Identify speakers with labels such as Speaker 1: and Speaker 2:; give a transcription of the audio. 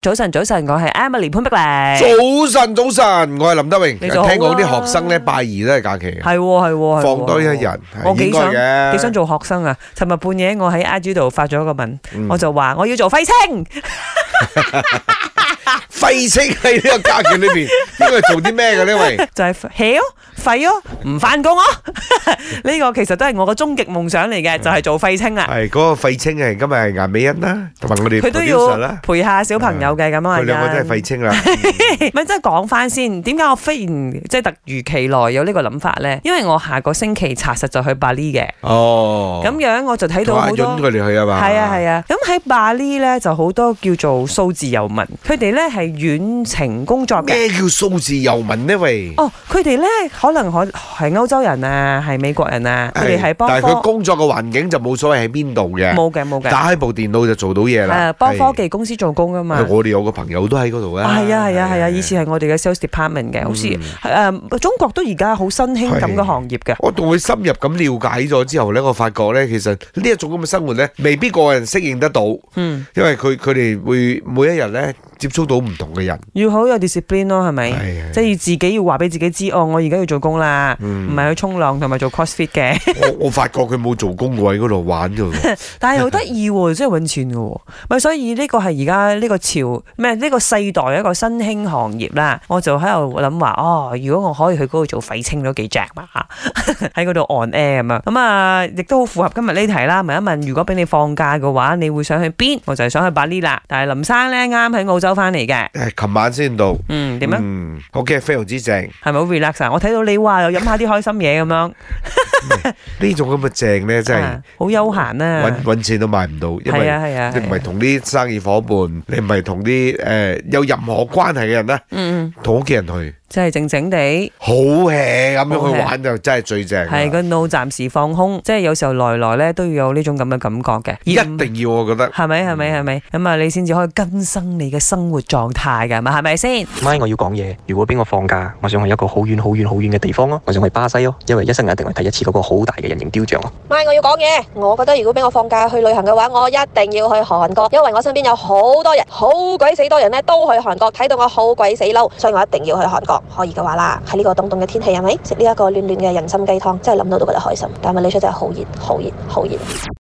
Speaker 1: 早晨，早晨，我系 Emily 潘碧玲，
Speaker 2: 早晨，早晨，我係林德榮。
Speaker 1: 你就好啦
Speaker 2: 聽講啲學生咧，拜二都係假期
Speaker 1: 系，喎系喎，係喎
Speaker 2: 放多一日，
Speaker 1: 我
Speaker 2: 係
Speaker 1: 幾
Speaker 2: 應該
Speaker 1: 幾想
Speaker 2: 嘅。
Speaker 1: 做學生啊！尋日半夜我喺 IG 度發咗一個文，
Speaker 2: 嗯
Speaker 1: 我就話我要做廢青，
Speaker 2: 廢青喺呢個假 期裏边，應該係做啲咩嘅呢？喂，
Speaker 1: 就係 hea 咯、廢咯、唔翻工咯。啊 呢個其實都係我個終極夢想嚟
Speaker 2: 嗯
Speaker 1: 嘅，就係做廢青啦。
Speaker 2: 係嗰個廢青係今日係顏美欣啦，同埋我哋
Speaker 1: 佢都
Speaker 2: producer
Speaker 1: 要
Speaker 2: 啦，嗯
Speaker 1: 陪下小朋友嘅咁啊，
Speaker 2: 佢兩個都係
Speaker 1: 係
Speaker 2: 廢青啦。
Speaker 1: 咪真係講翻先，點解我忽然即係突如其來有呢個諗法咧？因為我下個星期查實就去巴黎嘅，
Speaker 2: 哦，
Speaker 1: 咁樣我就睇到
Speaker 2: 同阿
Speaker 1: 好
Speaker 2: 允
Speaker 1: 多。
Speaker 2: 佢哋去啊嘛。
Speaker 1: 係啊係啊，咁喺巴黎咧就好多叫做數字遊民，佢哋咧係遠程工作嘅。
Speaker 2: 咩叫數字遊民呢？喂，
Speaker 1: 哦，佢哋咧可能可係歐洲人啊，係美國人啊，佢哋係
Speaker 2: 係
Speaker 1: 幫
Speaker 2: 但係佢
Speaker 1: 科
Speaker 2: 工作嘅環境就冇所謂喺邊度嘅，
Speaker 1: 冇嘅冇嘅，
Speaker 2: 打開部電腦就做到嘢啦。
Speaker 1: 誒幫
Speaker 2: 係
Speaker 1: 科技公司做工噶嘛。
Speaker 2: 我哋有個朋友都喺嗰度啊。
Speaker 1: 係啊係啊係啊，以前係我哋嘅 sales department 嘅，好似
Speaker 2: 嗯
Speaker 1: 誒中國都而家好新興咁嘅行業嘅。
Speaker 2: 我同佢深入咁了解咗之後咧，我發覺咧，其實呢一種咁嘅生活咧，未必個個人適應得到，
Speaker 1: 嗯，
Speaker 2: 因為佢佢哋會每一日咧接觸到唔同 嘅人，
Speaker 1: 要好有 discipline 咯，係咪？
Speaker 2: 係
Speaker 1: 即係要自己要話俾自己知，哦，我而家要做工啦，唔
Speaker 2: 嗯
Speaker 1: 係去衝浪同埋做 crossfit 嘅。
Speaker 2: 我我發覺佢冇做工喎，喺嗰度玩 嘅喎，
Speaker 1: 但係好得意喎，真係揾錢嘅喎，咪所以呢個係而家呢個潮咩呢個世代一個新興行業啦。我就喺度諗話，哦，如果我可以去嗰度做廢青都幾正嘛， 喺嗰度 on air 咁啊，咁啊，亦都好符合今日呢題啦。問一問，如果俾你放假嘅話，你會想去邊？我就係想去巴黎啦。但係林生咧啱喺澳洲翻嚟嘅，
Speaker 2: 誒，琴晚先到，
Speaker 1: 嗯，點樣？
Speaker 2: 嗯，OK，非常之正，
Speaker 1: 係咪好 relax 啊？我睇到你哇，又飲下啲開心嘢咁樣，
Speaker 2: 呢種咁嘅正咧，真係
Speaker 1: 啊好悠閒
Speaker 2: 揾
Speaker 1: 啊！
Speaker 2: 揾錢都買唔到，因
Speaker 1: 係
Speaker 2: 為
Speaker 1: 啊係啊，
Speaker 2: 你唔係同啲生意伙伴，你唔係同啲誒有任何關係嘅人啦，
Speaker 1: 嗯嗯，
Speaker 2: 同屋企人去，
Speaker 1: 即係靜靜地。
Speaker 2: 好 hea 咁樣
Speaker 1: 好 hea
Speaker 2: 去玩就真係最正啦，
Speaker 1: 係個腦暫時放空，即係有時候來來咧都要有呢種咁嘅感覺嘅，
Speaker 2: 一
Speaker 1: 而唔
Speaker 2: 定要我覺得。
Speaker 1: 係咪係咪係咪咁啊？你先至可以更生你嘅生活狀態㗎嘛？係咪先？
Speaker 3: 咪我要講嘢。如果俾我放假，我想去一個好遠、好遠、好遠嘅地方咯。我想去巴西咯，因為一生人一定係第一次嗰個好大嘅人形雕像咯。
Speaker 4: 咪，我要講嘢。我覺得如果俾我放假去旅行嘅話，我一定要去韓國，因為我身邊有好多人，好鬼死多人咧都去韓國，睇到我好鬼死嬲，所以我一定要去韓國。可以嘅話啦，喺呢個凍凍嘅天氣係咪食呢一個暖暖嘅人參雞湯，真係諗到都覺得開心。但係馬來西亞真係好熱，好熱，好熱。